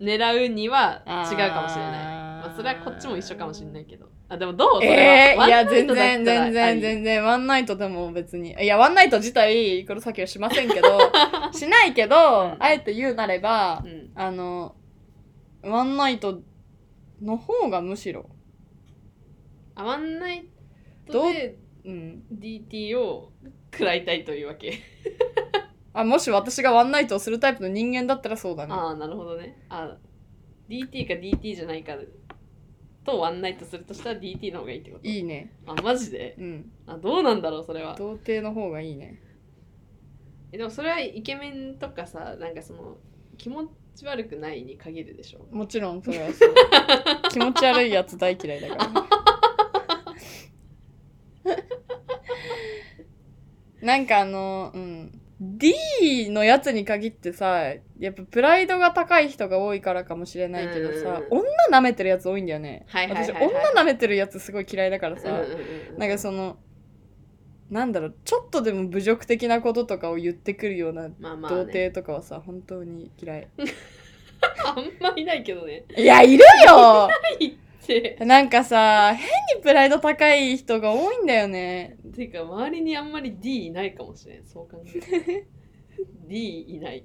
S2: 狙うには違うかもしれないまあ、それはこっちも一緒かもしれないけどあでもどうそ
S1: え
S2: れ
S1: ー、
S2: はい
S1: や
S2: ワンナイ
S1: 全
S2: トだった
S1: 然
S2: ら
S1: 全
S2: あ
S1: 然
S2: り
S1: 全然ワンナイトでも別にいやワンナイト自体黒崎はしませんけ どしないけど、
S2: ん
S1: あえて言うなれば
S2: うん
S1: あのワンナイトの方がむしろ
S2: あワンナイトで
S1: うん
S2: DT を食らいたいというわけ
S1: あもし私がワンナイトをするタイプの人間だったらそうだね
S2: ああなるほどねあ DT か DT じゃないかとワンナイトするとしたら DT の方がいいってこと
S1: いいね
S2: あマジで
S1: うん
S2: あどうなんだろうそれは
S1: 童貞の方がいいね
S2: えでもそれはイケメンとかさなんかその気持ち悪くないに限るでしょ
S1: もちろんそれはそう 気持ち悪いやつ大嫌いだからなんかあのうん D のやつに限ってさやっぱプライドが高い人が多いからかもしれないけどさ、
S2: うん
S1: 女舐めてるやつ多いんだよね、
S2: はいはいはいはい
S1: 私女舐めてるやつすごい嫌いだからさ、なんか
S2: う
S1: そのなんだろうちょっとでも侮辱的なこととかを言ってくるような
S2: まあまあ、
S1: 童
S2: ね、
S1: 貞とかはさ、本当に嫌い
S2: あんまいないけどね
S1: いやいるよ
S2: て
S1: なんかさ変にプライド高い人が多いんだよね
S2: ていうか周りにあんまり D いないかもしれんそう考えると D いない、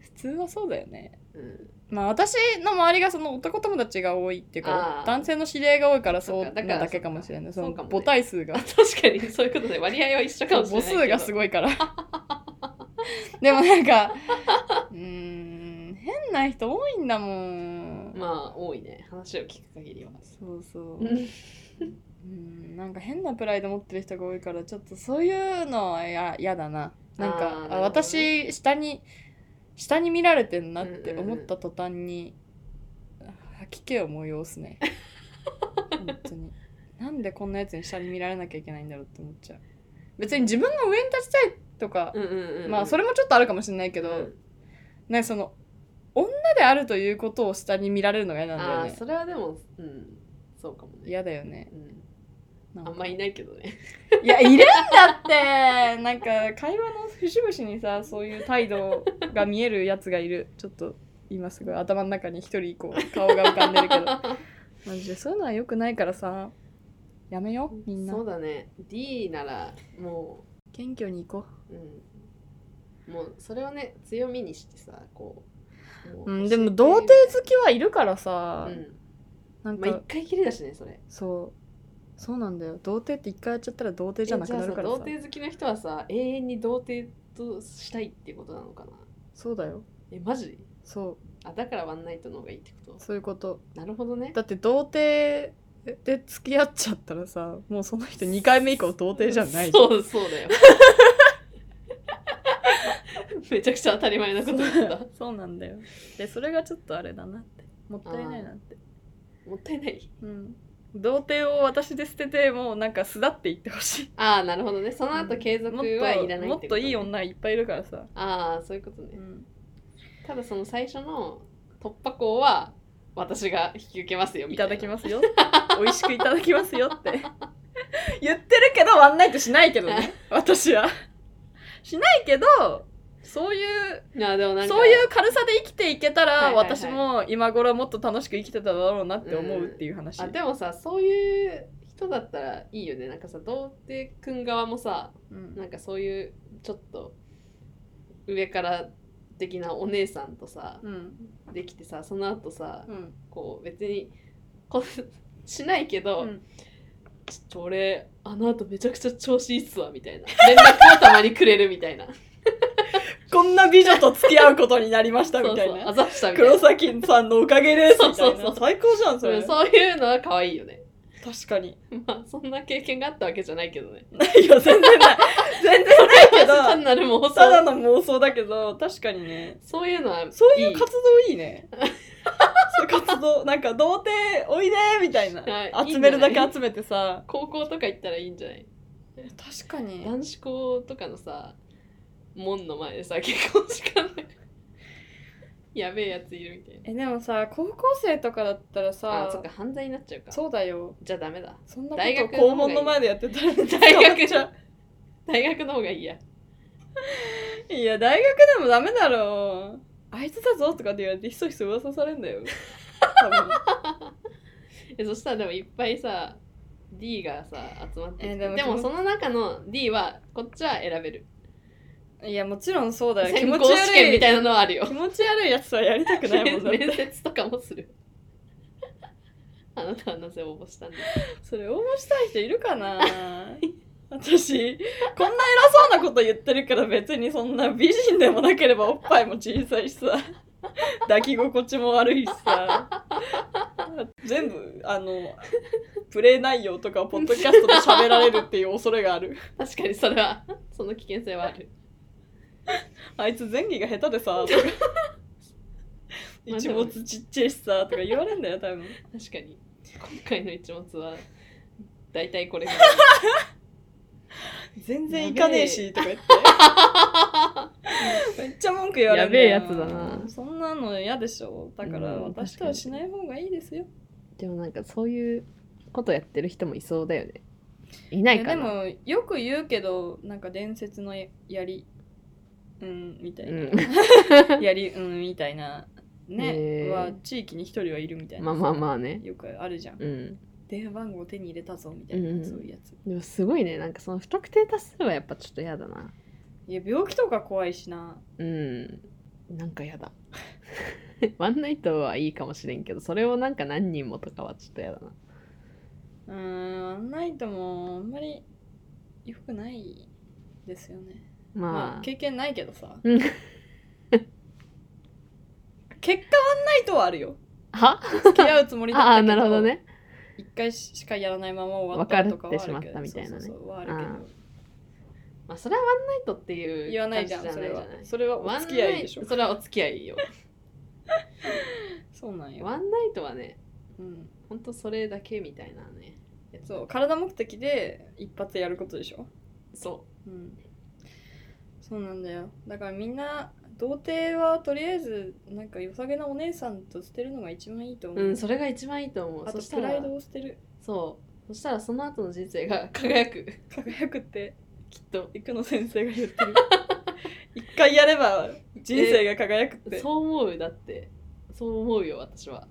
S1: 普通はそうだよね
S2: うん、
S1: まあ私の周りがその男友達が多いっていうか
S2: あー
S1: 男性の知り合いが多いからそう
S2: そ
S1: な
S2: っかだから
S1: だけかもしれないそ
S2: そう
S1: の
S2: かもね
S1: 母体数が
S2: あ確かにそういうことで割合は一緒かもし
S1: 母
S2: れないけど
S1: 数がすごいからでもなんかうーん変な人多いんだもん、
S2: まあ多いね話を聞く限りは
S1: そうそう
S2: うん
S1: うんなんか変なプライド持ってる人が多いからちょっとそういうのはややだななん
S2: あー
S1: か
S2: なるほ
S1: あ
S2: どね
S1: 私下に下に見られてんなっ
S2: う
S1: て
S2: んうんうん
S1: 思った途端に、吐き気を催すね本当になんでこんなやつに下に見られなきゃいけないんだろうって思っちゃう別に自分が上に立ちたいとか、
S2: うんうんうん
S1: まあそれもちょっとあるかもしれないけど、
S2: うん
S1: なんかその女であるということを下に見られるのが嫌なんだよ
S2: あー
S1: ね
S2: それはでもうんそうかもね
S1: 嫌だよね
S2: う
S1: な
S2: ん
S1: ん
S2: あ
S1: か
S2: んまいないけどね
S1: いや、いるんだって なんか、会話の節々にさ、そういう態度が見えるやつがいる。ちょっと、今すぐ頭の中に一人こう、顔が浮かんでる けど。マジで、そういうのは良くないからさ、やめよう、みんな
S2: そ。うだね D ならも
S1: 謙虚に行こ
S2: う、うん、もうそれをね強みにしてさこうも
S1: う。
S2: う
S1: うん、でも、童貞好きはいるからさ、
S2: うん
S1: なん
S2: まあ一
S1: か、
S2: 回きりだしねそれ
S1: そう。そうなんだよ童貞って一回やっちゃったら童貞じゃなくなるから
S2: えじゃあ
S1: さ
S2: さ童貞好きの人はさ永遠に童貞としたいってことなのかな
S1: そうだよ
S2: えマジ
S1: そ
S2: あだからワンナイトの方がいいってこ
S1: う
S2: と
S1: そういうこと
S2: なるほどね
S1: だって童貞で付き合っちゃったらさもうその人2回目以降童貞じゃないじゃん
S2: そうそ うだよめちゃくちゃ当たり前なことだった
S1: そうそうなんだよでそれがちょっとあれだなってもったいないなって
S2: もったいない
S1: うん童貞を私で捨ててもうなんか巣立っていってほしい
S2: ああなるほどねその後継続はいらないってこと、
S1: も
S2: ね、
S1: っともっといい女いっぱいいるからさ、
S2: ああそういうこと
S1: う
S2: ね
S1: ん、
S2: ただその最初の突破口は私が引き受けますよ
S1: い
S2: みた
S1: た
S2: いな
S1: だきますよ美味しくいただきますよって 言ってるけどワンナイトしないけどね私はしないけどそういう
S2: いやでもなんか
S1: そういう軽さで生きていけたら、
S2: はいはいはい
S1: 私も今頃もっと楽しく生きてただろうなって思うっていう話、
S2: あでもさそういう人だったらいいよねなんかさ童貞くん側もさ
S1: うん
S2: なんかそういうちょっと上から的なお姉さんとさ
S1: うん
S2: できてさその後さ
S1: うん
S2: こう別にこうしないけど、
S1: うん
S2: ちょっと俺あの後めちゃくちゃ調子いいっすわみたいな連絡をたまにくれるみた いな
S1: こんな美女と付き合うことになりまし
S2: そ
S1: た
S2: う
S1: みたい
S2: そうあ
S1: な。
S2: ざしたみたいな
S1: 黒崎さんのおかげですみた
S2: そ
S1: い
S2: うそうそ
S1: な。
S2: う
S1: 最高じゃん、そ
S2: そ
S1: れ。
S2: う
S1: 確
S2: そういうのは可愛いよね
S1: かに。
S2: まあそんな経験があったわけじゃないけどね
S1: いや、全然ない。全然ないけ
S2: 単
S1: ど、
S2: なる 妄
S1: ただ
S2: 想
S1: の妄想だけど、確かにね。
S2: そういうのはいい
S1: そういう活動いいね。そういう活動、なんか、童貞、おいでみたいな
S2: は。い
S1: 集めるだ
S2: いいんじゃな
S1: け
S2: い
S1: 集めてさ。
S2: 高校とか行ったらいいんじゃない
S1: 確かに
S2: 男子校とかのさ門の前でさ結婚式かない やべえやついるみたいな
S1: え、でもさ、高校生とかだったら
S2: あ
S1: さ、
S2: そっか犯罪になっちゃうか
S1: そうだよ。
S2: じゃあダメだ
S1: そんな
S2: 大
S1: こと
S2: 学の方がいい
S1: 校門の前でやってたら、
S2: 大学
S1: じゃ
S2: 大学の方がいいや
S1: いや、大学でもダメだろう。あいつだぞとかって言われて、ひそひそ噂されんだ よ。多分
S2: えそしたらでもいっぱいさ D がさ集まってきて
S1: え
S2: で
S1: で
S2: も
S1: も
S2: その中の D はこっちは選べる
S1: いや、もちろんそうだよ。気
S2: 選
S1: 持
S2: 考
S1: ち
S2: 試験
S1: 悪い。
S2: みたいなのはあるよ
S1: 気持ち悪いやつはやりたくないもんだっ
S2: 面
S1: て。
S2: 接とかもする あなたはなぜ応募したんですか
S1: それ応募したい人いるかな私、こんな偉そうなこと言ってるから別にそんな美人でもなければおっぱいも小さいしさ、抱き心地も悪いしさ、全部あのプレイ内容とかをポッドキャストで喋られるっていう恐れがある
S2: 確かにそれはその危険性はある
S1: あいつ前戯が下手で さとか一物ちっちゃいしさとか言われんだよ多分
S2: 確かに今回の一物は大体これが
S1: 全然いかねえしとか言って めっちゃ文句言われる
S2: やべえやつだな
S1: そんなの嫌でしょだから
S2: うん
S1: 私とはしない方がいいですよ
S2: でもなんかそういうことやってる人もいそうだよねいない
S1: や
S2: か
S1: で
S2: な
S1: もよく言うけどなんか伝説のやりうんみたいな、
S2: うん
S1: やりうんみたいなね、
S2: へえ
S1: は地域に一人はいるみたいな、
S2: まあまあまあね
S1: よくあるじゃん、
S2: うん
S1: 電話番号手に入れたぞみたいな、
S2: うん
S1: そういうやつ
S2: でもすごいねなんかその不特定多数はやっぱちょっと嫌だない
S1: や病気とか怖いしな
S2: うんなんか嫌だ ワンナイトはいいかもしれんけどそれをなんか何人もとかはちょっと嫌だな
S1: うーんワンナイトもあんまり良くないですよねま
S2: ま
S1: あ
S2: あ、
S1: 経験ないけどさ
S2: うん
S1: 結果ワンナイトはあるよ
S2: は
S1: 付き合うつもりだっ
S2: あ
S1: た
S2: あ
S1: けど
S2: なるほどね
S1: 一回しかやらないまま終わったとかはあるけど
S2: 別れてしまったみたいなね
S1: そうそうそうはあるけど
S2: あまあそれはワンナイトっていう
S1: 言わないじゃん
S2: 感
S1: そ
S2: じ
S1: れ
S2: じゃ
S1: は
S2: ないじゃない
S1: それはお付き合いでしょ
S2: ワンナイトそれはお付き合いよ
S1: そうなんよ、
S2: ワンナイトはね
S1: うん、
S2: ほんとそれだけみたいなね
S1: そう体目的で一発やることでしょ
S2: そ
S1: うんそうなんだよだからみんな童貞はとりあえずなんか良さげなお姉さんと捨てるのが一番いいと思
S2: う
S1: う、
S2: うんそれが一番いいと思う
S1: あと
S2: そし
S1: プ
S2: た
S1: ラ
S2: ら
S1: イドを捨てる
S2: そうそしたらその後の人生が輝く
S1: 輝くって
S2: きっと
S1: 育野先生が言ってる 一回やれば人生が輝くって、
S2: そう思うだってそう思うよ私は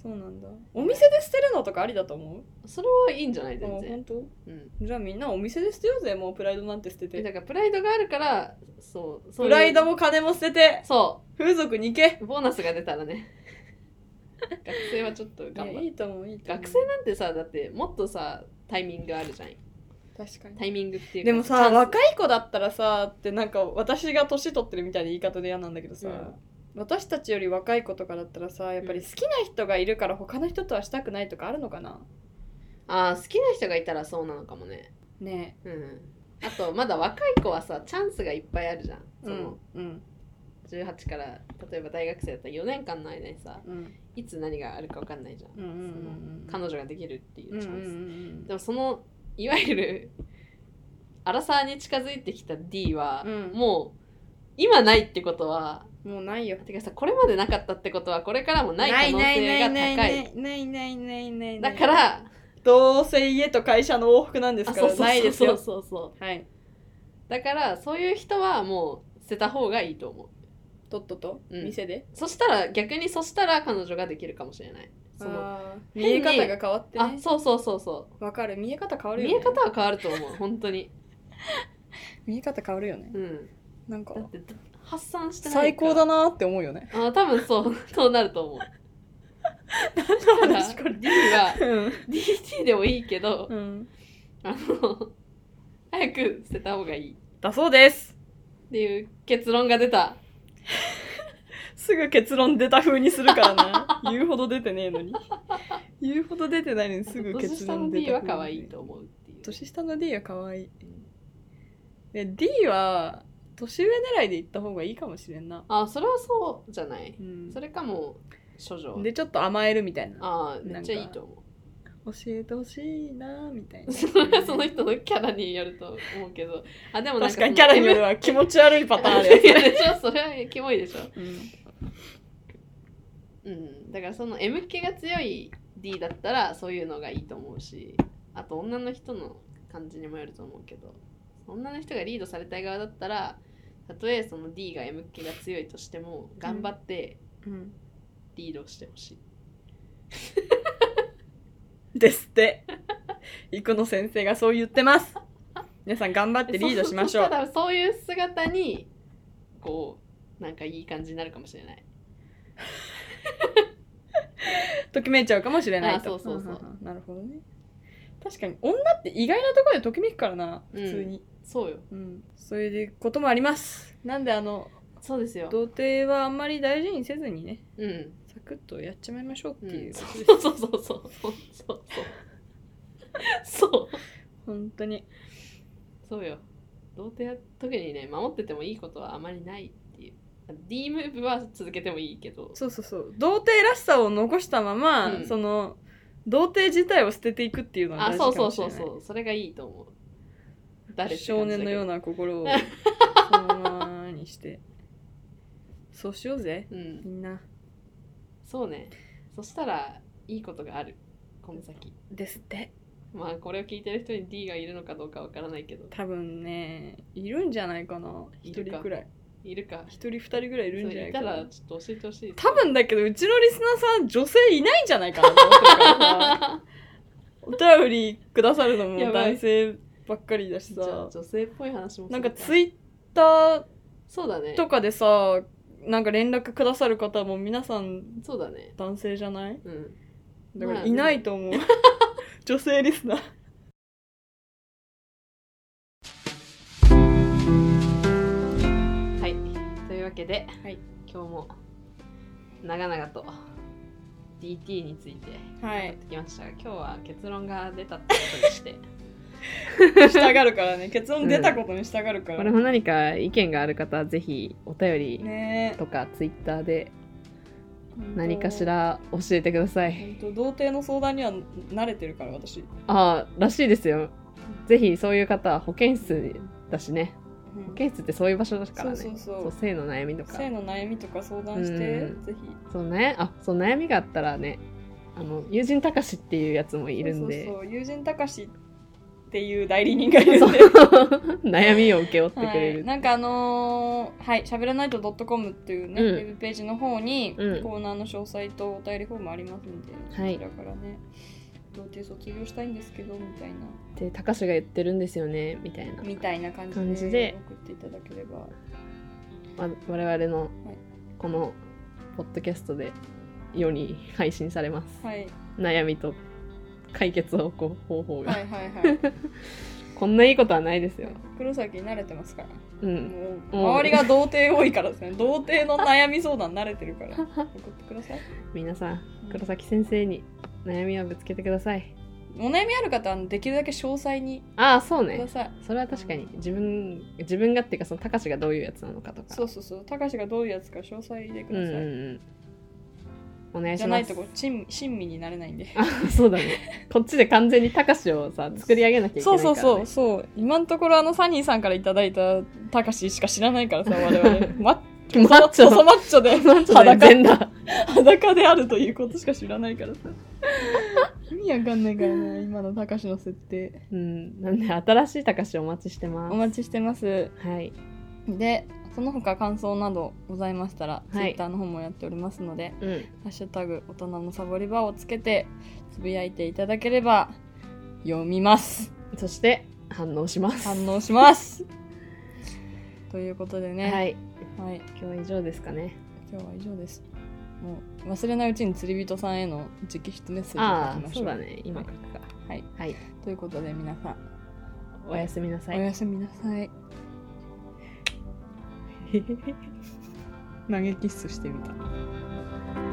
S1: そうなんだお店で捨てるのとかありだと思う
S2: それはいいんじゃない全
S1: あ
S2: 然
S1: 本、当
S2: うん、
S1: じゃあみんなお店で捨てようぜもうプライドなんて捨て
S2: で
S1: て
S2: だからプライドがあるからそうそう
S1: プ
S2: いう
S1: ライドも金も捨てて
S2: そ
S1: 風俗に行け
S2: うボーナスが出たらね 学生はちょっと
S1: いや
S2: 頑張っ
S1: いいと思ういいと思う
S2: 学生なんてさだってもっとさタイミングあるじゃん
S1: 確かに
S2: タイミングっていうか
S1: でもさ
S2: チャンス
S1: 若い子だったらさってなんか私が年取ってるみたいな言い方で嫌なんだけどさ、
S2: うん
S1: 私たちより若い子とかだったらさやっぱり好きな人がいるから他の人とはしたくないとかあるのかな
S2: あー好きな人がいたらそうなのかもね
S1: ね
S2: うんあとまだ若い子はさチャンスがいっぱいあるじゃん
S1: え
S2: その、
S1: うん
S2: 18から例えば大学生だったら4年間の間にさ
S1: うん
S2: いつ何があるか分かんないじゃん,、
S1: うんうんうんうん
S2: その彼女ができるっていう
S1: うんうんう
S2: チャンス、
S1: ん
S2: でもそのいわゆるアラサーに近づいてきた D は、
S1: うん
S2: もう今ないってことは
S1: うんもうないよ
S2: てかさこれまでなかったってことはこれからもない可能性が
S1: ない
S2: 高
S1: ない
S2: い
S1: ないないないない
S2: だから
S1: どうせ家と会社の往復なんです
S2: あ
S1: か
S2: そう
S1: ら
S2: そう
S1: ないです
S2: そう
S1: よ
S2: そうそ
S1: はい。
S2: うだからそういう人はもう捨てた方がいいと思う
S1: とっとと、
S2: うん
S1: 店で。
S2: そしたら逆にそしたら彼女ができるかもしれないそのあ
S1: あー見え
S2: 変に
S1: 方が変わってね。
S2: そうそうそうそ
S1: わかる。見え方変わ
S2: う、
S1: るよ
S2: 見
S1: ね。
S2: え方は変わると思う本 当に
S1: 見え方変わるよね。
S2: うん
S1: なんか
S2: だって発散してないから
S1: 最高だなって思うよね。
S2: あ多分そう そうなると思
S1: の
S2: うだから
S1: 話これ
S2: D は
S1: うん。
S2: DT でもいいけど
S1: うん。
S2: あの早く捨てた方がいい
S1: だそうです。
S2: っていう結論が出た
S1: すぐ結論出た風にするからな。 言うほど出てねえのに。言うほど出てないのにすぐ
S2: 年
S1: 結
S2: 下の
S1: 論出
S2: D
S1: た
S2: は
S1: 風に
S2: 可愛いと思うっていう
S1: 年下の D は可愛い。で D は年上狙いで行った方がいいかもしれんな。
S2: あそれはそうじゃない
S1: うん
S2: それかもう処女
S1: でちょっと甘えるみたいな。
S2: ああめっちゃい
S1: なん
S2: い
S1: か
S2: と思
S1: 教えてほしいなみたいな
S2: う それはその人のキャラによると思うけどあでもなん
S1: 確かにキャラによる
S2: る
S1: は気持ち悪いパターンあるやつ
S2: いやでしょそれはキモいでしょうんだからその M 気が強い D だったらそういうのがいいと思うしあと女の人の感じにもよると思うけど女の人がリードされたい側だったらたとえその D が M 気が強いとしても頑張って
S1: うん
S2: リードしてほしい、
S1: ですって生野先生がそう言ってます皆さん頑張ってリードしましょ
S2: そうたらそういう姿にこうなんかいい感じになるかもしれない
S1: ときめいちゃうかもしれないと
S2: あそうそうそうん
S1: んんなるほどね確かに女って意外なところでときめくからな
S2: うん
S1: 普通に、
S2: そうよ
S1: うんそういうこともありますなんであの
S2: そうですよ
S1: 童貞はあんまり大事にせずにね
S2: うん
S1: 錯クッとやっちまいましょうっていう、
S2: そうそうそうそうそうそうそうそう
S1: 本当に
S2: そうよ童貞は特にね守っててもいいことはあまりないっていう D ムーブは続けてもいいけど
S1: そうそうそう童貞らしさを残したまま、
S2: うん
S1: その童貞自体を捨てていくっていうのは
S2: あ
S1: 大
S2: そう
S1: 事か
S2: そ
S1: も
S2: う
S1: しれ
S2: そ
S1: ない
S2: うそうそれがいいと思う誰って
S1: 少
S2: 感じだ
S1: 年
S2: けど
S1: のような心をそのままにしてそうしようぜ
S2: うん
S1: みんな
S2: そうねそしたらいいことがあるこの先
S1: ですって
S2: まあこれを聞いてる人に D がいるのかどうかわからないけど
S1: 多分ねいるんじゃないかな一
S2: いるか
S1: 人くらい
S2: いるか
S1: 一人二人ぐらいいるん
S2: そう
S1: じゃないいか
S2: た
S1: な
S2: らちょっと教えてほしいです
S1: 多分だけどうちのリスナーさん女性いないんじゃないかなと思ってるからさお便りくださるのも
S2: やばい
S1: 男性ばっかりだし
S2: じゃあ
S1: さ
S2: 女性っぽい話も
S1: なんかツ
S2: い
S1: イッター
S2: そうだね
S1: とかでさなんか連絡くださる方も皆さん
S2: そうだね
S1: 男性じゃない
S2: うん
S1: だか
S2: ま
S1: ら
S2: あ
S1: いないと思う 女性リスナー
S2: はいというわけで、
S1: はい
S2: 今日も長々と DT について
S1: はい
S2: やってきましたが、今日は結論が出たってことにして
S1: したがるからね結論出たことにしたがるから、
S2: これも何か意見がある方はぜひお便り
S1: ねえ
S2: とか Twitter で何かしら教えてください、
S1: 本当童貞の相談には慣れてるから私、
S2: ああらしいですよぜひそういう方は保健室だしね保健室ってそういう場所だからね
S1: そうそうそう
S2: 性の悩みとか
S1: 性の悩みとか相談して、
S2: うん
S1: ぜひ
S2: そうねあそう悩みがあったらねあの友人たかしっていうやつもいるんで
S1: そうそうそう友人たかしっていう代理人がいるんで、
S2: 悩みを請け負ってく
S1: は
S2: れ
S1: い、
S2: る、
S1: なんかあのーはい、しゃべらないと .com っていうね、
S2: うん
S1: ウェブページの方に、
S2: うん
S1: コーナーの詳細とお便りフォームありますんで、
S2: はい
S1: そちらからね、童貞卒業したいんですけど、みたいな、
S2: でたかしが言ってるんですよねみたいな
S1: みたいな感
S2: 感
S1: じ
S2: じ
S1: で
S2: で
S1: 送っていただければ、
S2: わ我々のこのポッドキャストで世に配信されます
S1: はい、
S2: 悩みと解決をこう方法が、
S1: はいはいはい。
S2: こんないいことはないですよ
S1: 黒崎慣れてますから。
S2: うん
S1: もう、
S2: もう
S1: 周りが童貞多いからですね。童貞の悩み相談慣れてるから、送ってください。
S2: 皆さん黒崎先生に悩みをぶつけてください
S1: お悩みある方は、できるだけ詳細に
S2: ああそう
S1: く
S2: ね
S1: ださい。
S2: それは確かに自分自分がっていうかそのたかしがどういうやつなのかとか
S1: そうそうそう、たかしがどういうやつか詳細でく
S2: うん
S1: だ
S2: う
S1: さい。
S2: んうんお願い
S1: じ
S2: し
S1: ゃな
S2: ま
S1: い
S2: す
S1: とこう親親身になれないんで。
S2: あそうだねこっちで完全にたかしをさ作り上げなきゃいけ
S1: そ
S2: な
S1: う
S2: いから、
S1: そう
S2: ね、
S1: そうそう今のところあのサニーさんからいただいたたかししか知らないからさ我々 マッ
S2: マッチョ
S1: 細マッチョで
S2: マッチョだよ
S1: 裸
S2: 全裸
S1: 裸であるということしか知らないから さ意味わかんないからね今のたかしの設定
S2: うんなんで新しいたかしお待ちしてま
S1: お待ちしてます
S2: すはい
S1: でその他感想などございましたら、
S2: はい
S1: Twitter の方もやっておりますので
S2: うん
S1: 「ハッシュタグ大人のサボり場」をつけてつぶやいていただければ読みます
S2: そして反応します
S1: 反応しますということでね、
S2: はい
S1: はい、
S2: 今日は以上ですかね
S1: 今日は以上です。もう忘れないうちに釣り人さんへの直筆メッセー
S2: あ
S1: ジを書きましょ
S2: あそう
S1: う。
S2: だね今書くか
S1: はい、
S2: はい
S1: ということで皆さん、
S2: おやすみなさ
S1: お
S2: い
S1: やすみなさ い。投げキッスしてみた。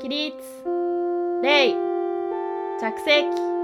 S3: 起立礼着席